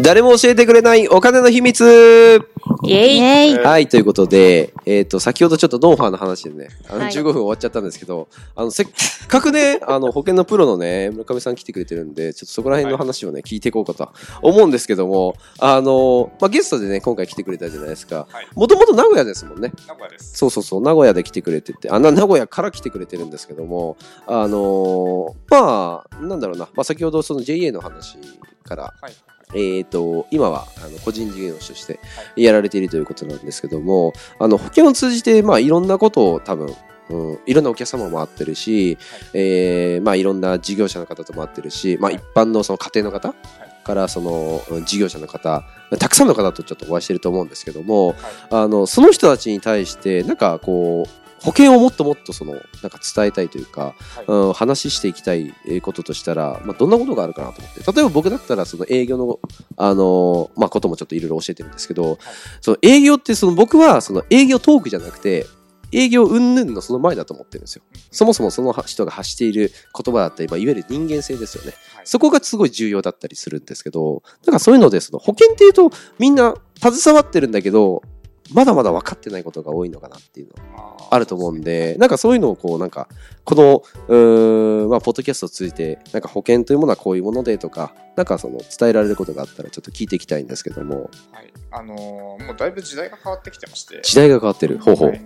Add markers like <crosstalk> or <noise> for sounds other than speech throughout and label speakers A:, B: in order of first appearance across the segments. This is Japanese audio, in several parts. A: 誰も教えてくれないお金の秘密
B: イエイ
C: イエイ
A: はい、ということで、えっ、と、先ほどちょっとノウハウの話でね、あの、
B: はい
A: 15分終わっちゃったんですけど、あの、せっ <laughs> かくね、あの、保険のプロのね、村上さん来てくれてるんで、ちょっとそこら辺の話をね、聞いていこうかと思うんですけども、あの、まあ、ゲストでね、今回来てくれたじゃないですか
D: はい。
A: もともと名古屋ですもんね。
D: 名古屋です。
A: そうそうそう、名古屋で来てくれてて、あ、な、名古屋から来てくれてるんですけども、あのーまあ、なんだろうな、まあ、先ほどその JA の話から、
D: はい。
A: えっ、と、今は、あの、個人事業主としてやられているということなんですけども、あの、保険を通じて、まあ、いろんなことを多分、うん、いろんなお客様も会ってるし、えーまあ、いろんな事業者の方とも会ってるし、まあ、
D: はい
A: 一般のその家庭の方から、その、うん事業者の方、たくさんの方とちょっとお会いしてると思うんですけども、あの、その人たちに対して、なんかこう、保険をもっともっとその、なんか伝えたいというか、
D: はい
A: うん、話していきたいえーこととしたら、まあ、どんなことがあるかなと思って。例えば僕だったら、その営業の、あのーまあ、こともちょっといろいろ教えてるんですけど、その営業って、その僕は、その営業トークじゃなくて、営業云々のその前だと思ってるんですよ。そもそもその人が発している言葉だったり、まあ、いわゆる人間性ですよね。
D: はい
A: そこがすごい重要だったりするんですけど、だからそういうので、その保険っていうと、みんな携わってるんだけど、まだまだ分かってないことが多いのかなっていうの
D: あー
A: あると思うんで、なんかそういうのをこう、なんか、この、うーん、まあ、ポッドキャストを通じて、なんか保険というものはこういうものでとか、なんかその伝えられることがあったらちょっと聞いていきたいんですけども、
D: はい。あのーもうだいぶ時代が変わってきてまして。
A: 時代が変わってる。ほうほ
D: は
A: う
D: い。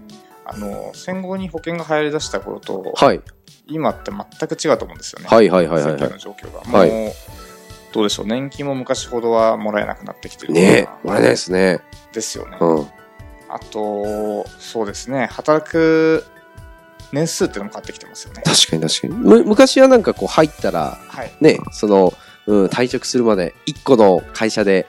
D: あのー戦後に保険が流行り出した頃と、
A: はい。
D: 今って全く違うと思うんですよね。
A: はいはいはいはい
D: 世界
A: は
D: の状況が。
A: はい
D: もう、どうでしょう。年金も昔ほどはもらえなくなってきて
A: い。
D: る。
A: ねえ、もらえないですね。
D: ですよね。
A: うん。
D: あと、そうですね。働く年数っていうのも変わってきてますよね。
A: 確かに確かに。む昔はなんかこう入ったら、
D: はい。
A: ね、その、うん、退職するまで1個の会社で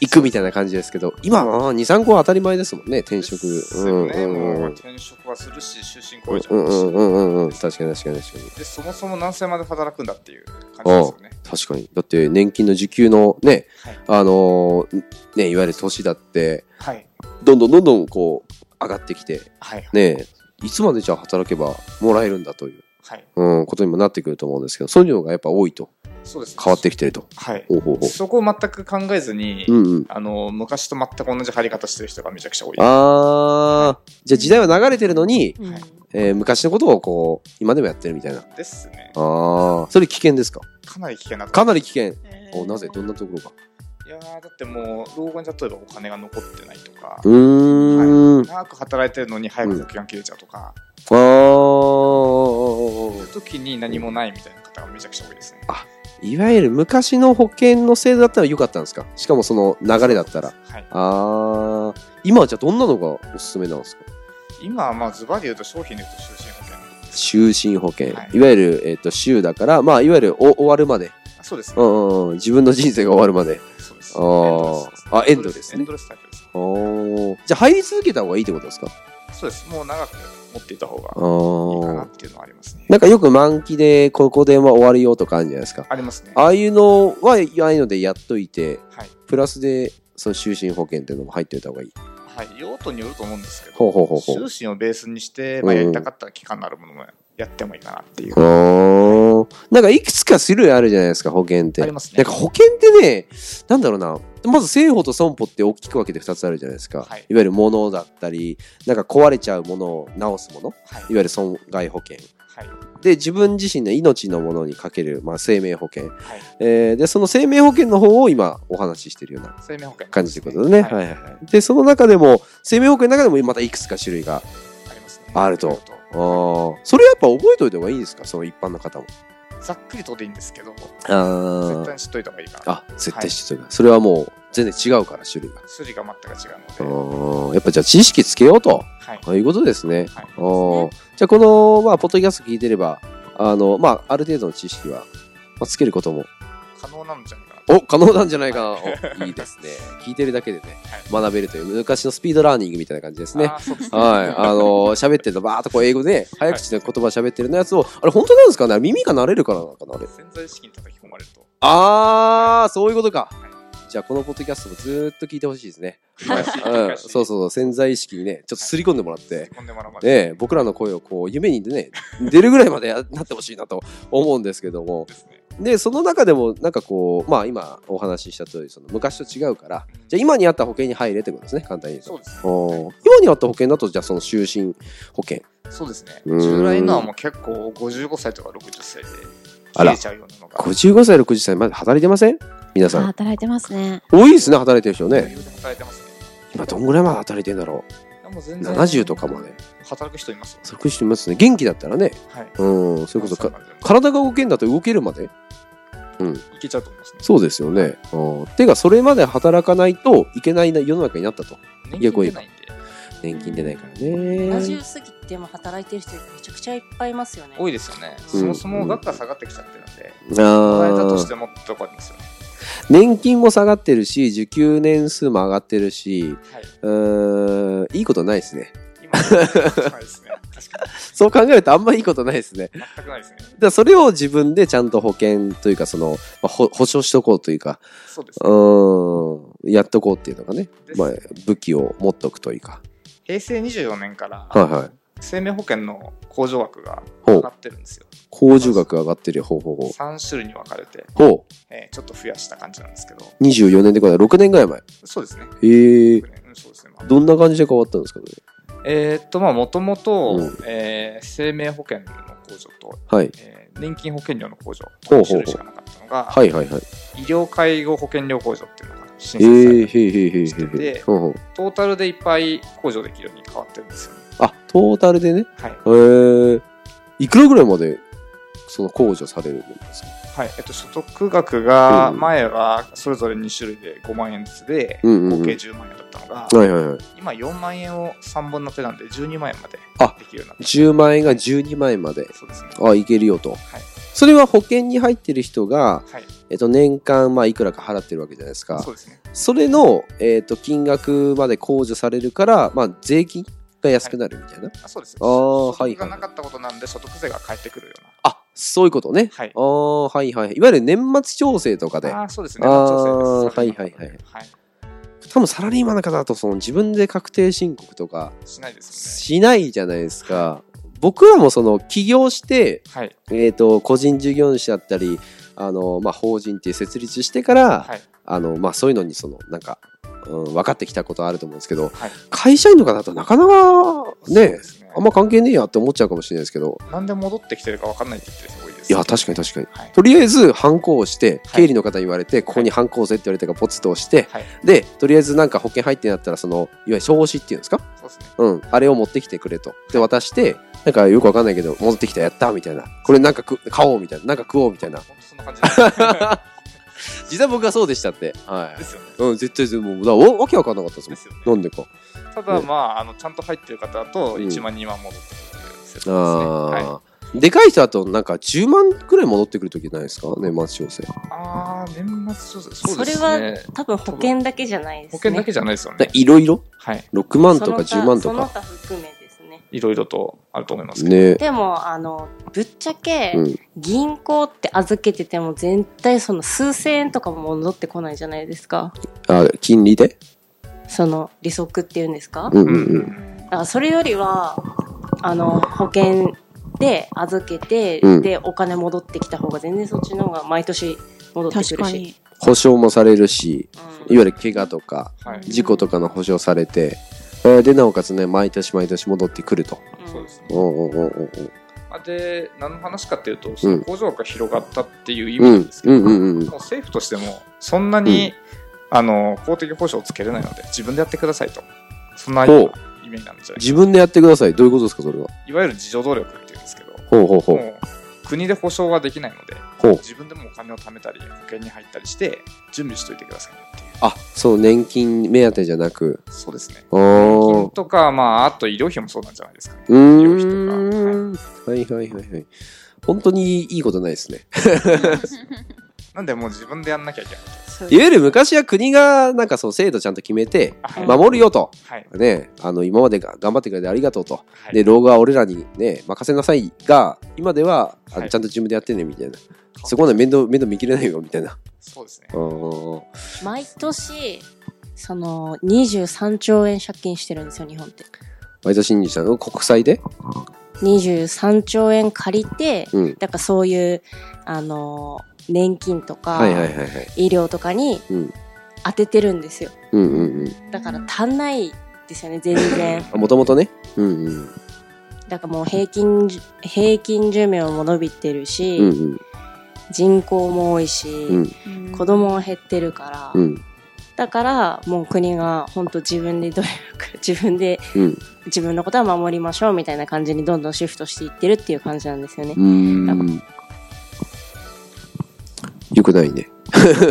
A: 行くみたいな感じですけど、今は2、3個は当たり前ですもんね、転職。
D: です
A: うん
D: よ
A: うん
D: ね。
A: うん
D: も
A: う。
D: うん転職はするし、終身
A: うん
D: 雇用じゃ
A: う
D: ないし。
A: んうんうんうん。確かに確かに確かに。
D: で、そもそも何歳まで働くんだっていう感じですよね。
A: 確かに。だって年金の受給のね、
D: はい
A: あのーね、いわゆる年だって、
D: はい。
A: どんどんどんどんこう、上がってきて、
D: はい。
A: ね、いつまでじゃあ働けばもらえるんだという、
D: はい。
A: うん、ことにもなってくると思うんですけど、そういうのがやっぱ多いと、
D: そうです。
A: 変わってきてると。
D: はい。
A: ほうほうほ
D: そこを全く考えずに、
A: う。うんうん。
D: あの、昔と全く同じ貼り方してる人がめちゃくちゃ多い。
A: あー、じゃあ時代は流れてるのに、
B: うん
A: えー昔のことをこう、今でもやってるみたいな。あ
D: ですね。
A: ー、それ危険ですか
D: かなり危険なと
A: かなり危険。
B: えー
A: おなぜどんなところが
D: いやーだってもう、老後に例えばお金が残ってないとか、
A: うーん。
D: 長く働いてるのに早く保険が切れちゃうとか、
A: あー。
D: そういう時に何もないみたいな方がめちゃくちゃ多いですね。
A: いわゆる昔の保険の制度だったら良かったんですかしかもその流れだったら。。
D: はい。
A: あー、今はじゃあどんなのがおすすめなんですか
D: 今はまあ、ズバリ言うと商品で言うと終身保険。
A: 終身保険。
D: はい
A: い、わゆる、えっ、と、週だから、まあ、いわゆるお終わるまで。
D: あそうです
A: う
D: ね。
A: んうんうん、自分の人生が終わるまで。
D: そうです。
A: あーあエンドレスね
D: エンドレスタイプです。
A: おーじゃあ入り続けた方がいいってことですか
D: そうです。もう長く持っていた方
A: あ
D: がいいかな
A: ー
D: っ。ていうのはありますね。
A: なんかよく満期で、ここでまあ終わるよとかあるんじゃないですか。
D: ありますね。
A: ああいうのは、ああいうのでやっといて、
D: はい。
A: プラスで、その終身保険っていうのも入っておいた方がいい。
D: はい、用途によると思うんですけど、
A: ほうほうほうほう
D: 終身をベースにして、
A: うん
D: まあ、やりたかったら期間のあるものもやってもいいかなっていう。
A: おーなんかいくつか種類あるじゃないですか、保険って。
D: ありますね
A: なんか保険ってね、なんだろうな。まず生保と損保って大きく分けて2つあるじゃないですか。
D: はい
A: わゆる物だったり、なんか壊れちゃうものを直すもの。
D: はい
A: い。わゆる損害保険。
D: はい。
A: で、自分自身の命のものにかける、まあ、生命保険、
D: はい。
A: えーで、その生命保険の方を今お話ししてるような
D: 生命保険、
A: 感じということでね。
D: はい。
A: はいはいはい。で、その中でも、生命保険の中でもまたいくつか種類が。
D: ありますね。
A: あると
D: いろい
A: あーそれやっぱ覚えておいた方がいいですかその一般の方も。
D: ろとざっくりとでいいんですけど、
A: あー
D: 絶対に知っといた方がいいかな。
A: あ、絶対知ってる、それはもう全然違うから、種類が。
D: 筋が全く
A: う
D: 違うので、
A: ーんやっぱじゃあ知識つけようと
D: はい。
A: いうことですね。
D: はい
A: おーじゃあこの、まあ、ポッドキャスト聞いてれば、あの、まあ、ある程度の知識は、まあ、つけることも、
D: 可能なんじゃないかな。
A: お、可能なんじゃないかな。
D: <laughs>
A: おいいですね。聞いてるだけでね、学べるという、昔のスピードラーニングみたいな感じですね。
D: あーそうですね。
A: はい。あの喋ってるの、ばーっとこう英語で、早口で言葉喋ってるのやつを、あれ本当なんですかね耳が慣れるからなのかなあれ。
D: <laughs> 潜在意識に叩き込まれると。
A: あー、そういうことか。じゃあ、このポッドキャストもずーっと聞いてほしいですね。
D: はい
A: うん、そうそうそう、潜在意識にね、ちょっとすり込んでもらっ、
D: 突って込んでもらうまで。
A: ね、僕らの声をこう、夢にね、出るぐらいまでやなってほしいなと思うんですけども、
D: ですね。
A: でその中でもなんかこうまあ今お話しした通りその昔と違うからじゃあ今にあった保険に入れってことですね簡単に言う
D: そ
A: と
D: うですね。
A: おー今にあった保険だとじゃあその就寝保険
D: そうですね。
A: うーん
D: 従来のはもう結構55歳とか60歳で
A: あ
D: 切
A: ら
D: れちゃうようなのが。
A: 55歳60歳まで働いてません皆さ
B: あ
A: ん
B: 働いてますね。
A: 多いですね働いてる人ね
D: 余裕で働いてますね。
A: 今どんぐらいまで働いてんだろ
D: でも
A: う
D: 全然
A: 70とかまで
D: 働く人いますよ。
A: そくしてますね元気だったらね
D: はい。
A: うんそれこそ
D: か
A: か。体が動けんだと動けるまで
D: いけちゃうと思いますね。
A: そうですよねうんてかそれまで働かないといけないな世の中になったと
D: 年
A: いやこう
D: 金
A: い
D: 出
A: う
D: ないんで。
A: 年金出ないから
C: 70
A: ね
C: 過ぎても働いてる人めちゃくちゃいっぱいいますよね。
D: 多いですよね。
A: うん
D: そもそも額が下がってきちゃってるんで、もらえた
A: あ
D: と
A: あ
D: してもってとこありますよね。
A: 年金も下がってるし受給年数も上がってるし
D: はい。
A: うーんいいことないですね
D: 今、ないですね。確か
A: そう考えるとあんまいいことないですね
D: に。全くないですね。
A: だからそれを自分でちゃんと保険というかその、まあ、ほ保証しとこうというか
D: そうです
A: う
D: ね。
A: ーんやっとこうっていうのがね、
D: です
A: まあ、武器を持っとくというか
D: 平成24年から、
A: はいはい
D: 生命保険の控除額が
A: ほう
D: 上がってるんですよ。
A: 控除額上がってるよほうほうほう
D: 3種類に分かれて、
A: ほ
D: えーちょっと増やした感じなんですけど、
A: う24年でこれ6年ぐらい前
D: そうですね。
A: へえ
D: うんそうですね。まあ
A: どんな感じで変わったんですかね
D: えーっと、まあ、もともと
A: うん、
D: えー生命保険の控除と、
A: はい
D: えー年金保険料の控除、
A: ほうほうほう
D: 2種類しかなかったのが、
A: はいはいはい
D: 医療介護保険料控除っていうのが
A: え
D: 新設され
A: ー、へ
D: て
A: ーへーへーへーへ
D: で
A: ーほうほう
D: トータルでいっぱい控除できるように変わってるんですよね。
A: あトータルでね
D: はい。
A: へえいくらぐらいまでその控除されるんですか
D: はい。えっと、所得額が、
A: うん
D: 前はそれぞれ2種類で5万円ずつで、
A: う
D: 合
A: んうんうん
D: 計10万円だったのが、
A: はいはいはい
D: 今4万円を3本立てなんで12万円まで
A: あ
D: できるようになって
A: 10万円が12万円まで
D: そうですね。
A: あいけるよと、
D: い
A: それは保険に入ってる人が、
D: はい。
A: えっと、年間まあいくらか払ってるわけじゃないですか
D: そうですね。
A: それの、えっと、金額まで控除されるから、まあ、税金が安くなるみたいな、
D: あそうです。
A: あー
D: 所
A: はい
D: 得がなかったことなんで所得税が返ってくるような。
A: あそういうことね
D: はい
A: あ。あはいはいいわゆる年末調整とかで
D: ああ、そうですね。
A: あー
D: 調整です
A: はいはいはい。
D: はい。
A: 多分サラリーマンの方だとその自分で確定申告とか
D: しないです
A: しないじゃないですか僕らもその起業して
D: よね。はい。
A: えー、と個人事業主だったりあの、まあ、法人っていう設立してから、
D: はい。
A: あのまあ、そういうのにそのなんか、うん、分かってきたことあると思うんですけど、
D: はい
A: 会社員の方だとなかなか
D: そう
A: ね
D: ですね
A: あんま関係ねえやって思っちゃうかもしれないですけど
D: なんで戻ってきてるか分かんないって言ってる人多いです。
A: いや確かに確かに。
D: はい。
A: とりあえず、ハンコをして、
D: はい
A: 経理の方に言われて、ここにハンコをせって言われたから、ポツッと押して、
D: はい。
A: で、とりあえずなんか保険入ってなったら、その、いわゆる証紙っていうんですか
D: そうですね。
A: うん、あれを持ってきてくれと。で、渡して、なんかよくわかんないけど、戻ってきた、やったみたいな。これなんか食買おうみたいな。なんか食おうみたい <laughs> な。
D: 本当そんな感じですね
A: 実際僕はそうでしたって。は
D: で。すよね。
A: うん、絶対全部、だからわわけわかんなかったですも
D: ですよね
A: <laughs> ん。なんでか。
D: ただ、まあ、あの、ちゃんと入ってる方だと、
A: うん
D: 1万、2万戻ってくるという説
A: あ
D: 明ですね。はい。
A: あー、でかい人だと、なんか10万くらい戻ってくるときないですか年末調整。
D: ああ、年末調整、そうですね。
C: それ多分保険だけじゃないですね。
D: 保険だけじゃないですよね
A: で。いろいろ
D: はい。
A: ?6 万とか10万と
C: その
A: か。
C: 他含めですね。
D: いろいろとあると思いますけど。
A: ね
C: でも、あの、ぶっちゃけ、
A: うん
C: 銀行って預けてても絶対その数千円とかも戻ってこないじゃないですか。
A: あ、金利で
C: その利息っていうんですか、
A: う
C: だ
A: んう
D: うん
A: うん。
D: ん。
C: からそれよりは、あの、保険で預けて、
A: うん
C: で、お金戻ってきた方が全然そっちの方が毎年戻ってく
B: 確
C: る
B: か
C: し。
B: に。
A: 保証もされるし、
C: う
A: いわゆる怪我とか、
D: はい。
A: 事故とかの保証されて、えーで、なおかつね、毎年毎年戻ってくると。
C: ん
D: そうですね。
A: うんうんうんうんうん。
D: まあで、何の話かっていうと、その工場が広がったっていう意味
A: う
D: なん
A: ん
D: ですけ
A: う
D: ど、
A: んうんうん
D: もう政府としても、そんなに、あの、公的保障をつけれないので、自分でやってくださいと。そんな
A: ほう
D: 意味なんじゃない
A: 自分でやってください。どういうことですか、それは。
D: いわゆる自助努力っていうんですけど、
A: ほうほうほう。
D: もう国で保証はできないので、
A: ほう
D: 自分でもうお金を貯めたり、保険に入ったりして、準備しといてくださいねっていう。
A: あ、そう、年金目当てじゃなく。
D: そうですね。
A: あ
D: 年金
A: ー
D: とか、まあ、あと医療費もそうなんじゃないですかね。
A: う
D: 療費
A: ーん。はいはいはいはい。本当にいいことないですね。
D: なんで、もう自分でやんなきゃいけない。
C: そう
A: いわゆる昔は国がなんかその制度ちゃんと決めて、
D: はい。
A: 守るよと。
D: はい。
A: ね、あの、今までが頑張ってくれてありがとうと。
D: はい
A: で、老後は俺らにね、任せなさいが、今では、あ
D: は
A: の
D: い
A: ちゃんと自分でやってね、みたいな。そこまで面倒、面倒見きれないよ、みたいな。
D: そうですね。
A: うんうんうん
C: 毎年、その、23兆円借金してるんですよ、日本って。
A: 毎年入社の国債で
C: 23兆円借りて、
A: うん。
C: だからそういう、あのー年金とか、
A: はいはいはいはい。
C: 医療とかに
A: うん
C: 当ててるんですよ。
A: うんうんうん
C: だから足んないですよね、全
A: <laughs>
C: 然。
A: あ。もともとね。うんうん。
C: だからもう平均じ、平均寿命も伸びてるし、
A: うんうん。
C: 人口も多いし、
A: うん
C: 子供も減ってるから、
A: うん
C: だからもう国が本当自分で努力、 <laughs> 自分で
A: うん。
C: 自分のことは守りましょうみたいな感じにどんどんシフトしていってるっていう感じなんですよね。
A: うん。よくないね。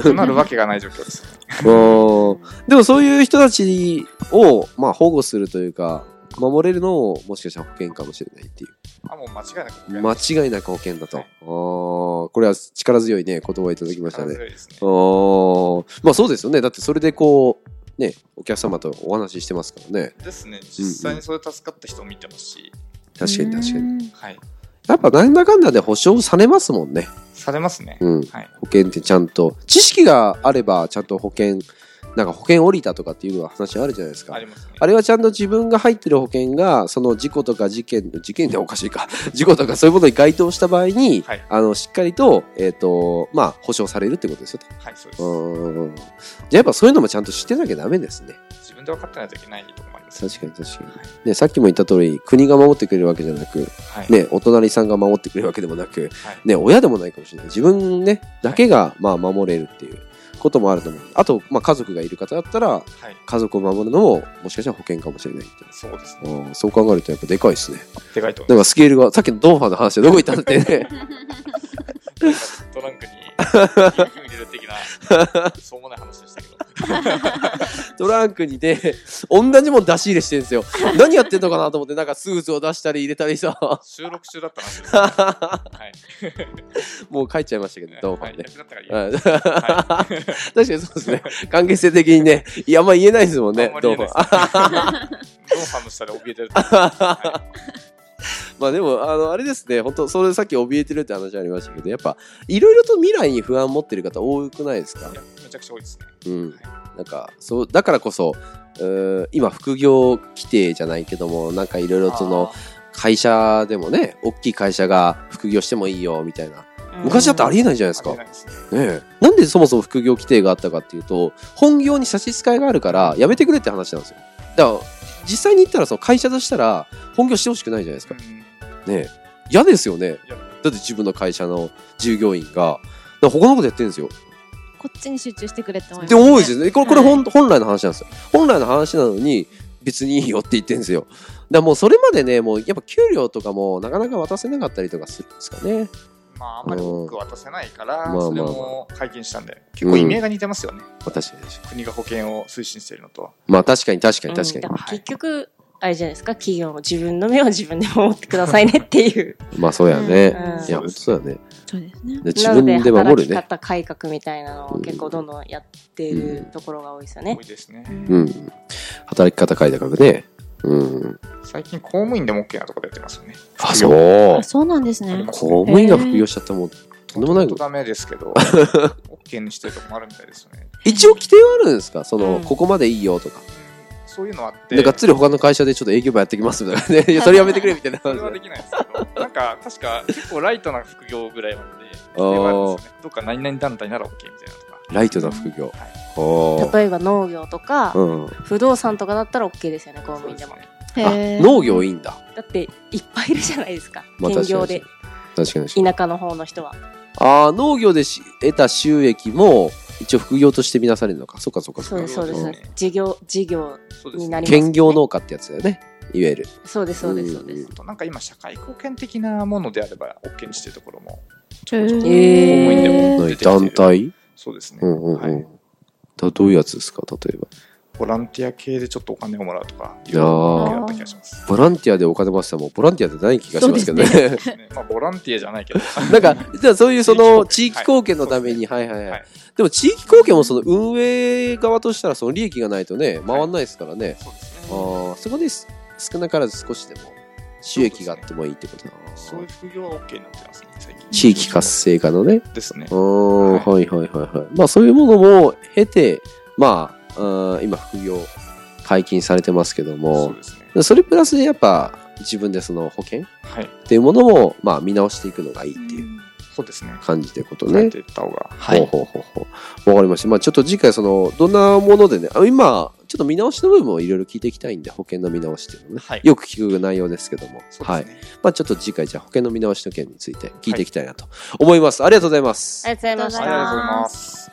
D: となるわけがない状況ですよね。
A: あーでもそういう人たちを、まあ、保護するというか、守れるのも、もしかしたら保険かもしれないっていう。
D: あ、もう間違いなく。
A: 間違いなく保険だと。
D: はい
A: ああ、これは力強いね、言葉をいただきました
D: 力
A: ね。
D: 強いですね
A: あ。ーまあそうですよね。だってそれでこう、ね、お客様とお話ししてますからね。
D: ですね。実際にそれ助かった人を見てますし、
A: 確かに確かに。
C: に。
D: はい。
A: やっぱなんだかんだで保証されますもんね。
D: されますね。
A: うん。
D: はい。
A: 保険ってちゃんと、知識があればちゃんと保険、なんか保険降りたとかっていうのは話あるじゃないですか
D: あ。りますね。
A: あれはちゃんと自分が入ってる保険が、その事故とか事件、事件でおかしいか、 <laughs> 事故とかそういうことに該当した場合に、
D: はい
A: あの、しっかりと、えっ、と、まあ、保証されるってことですよね。
D: はい、そうで
A: う
D: す。
A: ーん。じゃあやっぱそういうのもちゃんと知ってなきゃダメですね。
D: 自分で分かってないといけないところもあります。
A: 確かに確かに。ね、さっきも言った通り、国が守ってくれるわけじゃなく、
D: はい。
A: ね、お隣さんが守ってくれるわけでもなく、
D: はい。
A: ね、親でもないかもしれない。自分ね、だけが、まあ、守れるっていうこともあると思う。あと、まあ、家族がいる方だったら、
D: はい。
A: 家族を守るのも、もしかしたら保険かもしれないっていう
D: そうですね。
A: あーそう考えるとやっぱでかいですね。
D: でかいと
A: な
D: 思
A: ん
D: い
A: かスケールが、さっきのドンファの話はどこ行ったんだって
D: <laughs>
A: ね。
D: ます。トランクに、入れる的な、しょうもない話でしたけど。
A: トランクにで、同じもん出し入れしてるんですよ。何やってんのかなと思って、なんかスーツを出したり入れたりさ、
D: 収録中だった話ですけど。はい。
A: もう帰っちゃいましたけど、ドンファ
D: はい
A: ンね。
D: 役立ったから言
A: は
D: う
A: い
D: は
A: 確かにそうですね。関係性的にね、いや、あんま言えないですもんね
D: あん、まり
A: ド
D: 言
A: ン
D: え
A: フ
D: ない
A: ァン
D: です。ドンファンの下で怯えてると思います。は
A: まあでも、あの、あれですね、本当それさっき怯えてるって話ありましたけど、やっぱ、いろいろと未来に不安持ってる方多くないですか
D: いいやめちゃくちゃ多いですね。
A: うん。なんか、そう、だからこそ、うー今、副業規定じゃないけども、なんかいろいろその、会社でもね、大きい会社が副業してもいいよ、みたいな。昔だってありえないじゃないですか。
D: ありえ
A: ね
D: ないですね
A: え。なんでそもそも副業規定があったかっていうと、本業に差し支えがあるから、やめてくれって話なんですよ。だから、実際に言ったら、その会社としたら、本業してほしくないじゃないです
D: う
A: か。
D: ん
A: ねえ。嫌ですよね。
D: いや
A: だって自分の会社の従業員が、だから他のことやってるんですよ。
B: こっちに集中してくれって思いま
A: って
B: す、
A: 多いですよね。これ、これ
B: はい
A: 本,、本来の話なんですよ。本来の話なのに、別にいいよって言ってるんですよ。だからもうそれまでね、もうやっぱ給料とかもなかなか渡せなかったりとかするんですかね。
D: まあ、あんまり多く渡せないから、
A: うんまあまあ
D: それも会見したんで、結構意味合いが似てますよね。
A: 確かに確かに。
D: 国が保険を推進しているのと。
A: まあ確かに確か
C: うん
A: に確か
C: だ
A: に。
C: ら結局、あれじゃないですか、企業も自分の目を自分で守ってくださいねっていう。
A: まあそうやね。
C: う
A: <laughs>
C: ん
A: いや、本当そうやね。
B: そうですね。
A: で自分で守
C: なので働
A: る
C: き
A: ね。
C: 方改革みたいなのを結構どんどんやって
A: う
C: る
A: ん
C: ところが多いですよね
D: 多い。ですね。
A: うん。働き方改革ね。うん。
D: 最近公務員でも OK なところでやってますよね。
A: あ、そう
B: あ。そうなんですね。
A: 公務員が副業しちゃったらもん。とんでもない
D: と
A: こ
D: ダメです
A: <laughs>
D: けど、OK にしてるとこもあるみたいですよね。
A: と。一応規定はあるんですかその、
C: うん
A: ここまでいいよとか。
D: うんそういうのあって、
A: で、がっつり他の会社でちょっと営業部やってきますみたい
D: <laughs>
A: なね。いや、それやめてくれみたいな
D: そ
A: 話
D: れはできないですけど、なんか確か結構ライトな副業ぐらいまで、
A: あー
D: 例えばあるんですよねどっか何々団体なら OK みたいなとか。
A: ライトな副業。おー
C: 例えば農業とか、
A: うん。
C: 不動産とかだったら OK ですよね、公務員でも。
D: そうですね
B: へ
A: あ
B: ー
A: 農業いいんだ。
C: だって、いっぱいいるじゃないですか。
A: まあ
C: 兼業で、
A: 確かに確かに。
C: 田舎の方の人は。
A: ああ、農業でし得た収益も一応副業としてみなされるのか。そっかそっかそ
C: そう
A: っ
C: で
A: か。
C: す、そうで
A: うん
C: す。事業、事業
D: そうです
C: に
D: ね
C: なります、ね。
A: 兼業農家ってやつだよね。いわゆる。
C: そうです、そうです、そうで
A: う
C: す
A: ん。
D: あとなんか今社会貢献的なものであれば OK にしてるところも
B: へー
C: 公務員で
D: も
A: 何団体
D: そうですね、
A: うんうんう
D: はい
A: ん。だどういうやつですか例えば。
D: ボランティア系でちょっとお金をもらうとかい
A: やー
D: ろいろ OK だった気がします
A: ボランティアでお金回したらもうボランティアじゃない気がしますけどね。
B: そう
D: ねまあボランティアじゃないけど
A: <laughs> なんか、じゃあそういうその地域
D: 地域
A: 貢献
D: 貢献
A: のために、はいはいは
D: はいい。
A: でも地域貢献もその運営側としたらその利益がないとね、回んないですからね。
D: そうですね
A: ああ、そこで少なからず少しでも収益があってもいいってことだな
D: そういう副業は OK になってますね最近
A: 地域活性化のね。
D: ですね
A: うーん、はいはいはいはい。まあそういうものも経て、まあ、あー今副業解禁されてますけど
D: そう
A: も、
D: ですね
A: それプラスでやっぱ自分でその保険っ
D: はい
A: ていうものも、まあ見直していくのがいいっていう。
D: そうですね。
A: 感じということ
D: 変え
A: ね
D: て。いった方が。
A: は、
D: はいい。
A: ほうほうほうほう。わかりました。まあちょっと次回、その、どんなものでね、あ今、ちょっと見直しの部分をいろいろ聞いていきたいんで、保険の見直しっていうのね。
D: はい
A: よく聞く内容ですけども。
D: そう
A: はい
D: で。すね。
A: まあちょっと次回、じゃあ保険の見直しの件について聞いていきたいなと思います。ありがとうございます。
C: ありがとうございまし
D: あ
C: た。
D: りがとうございます。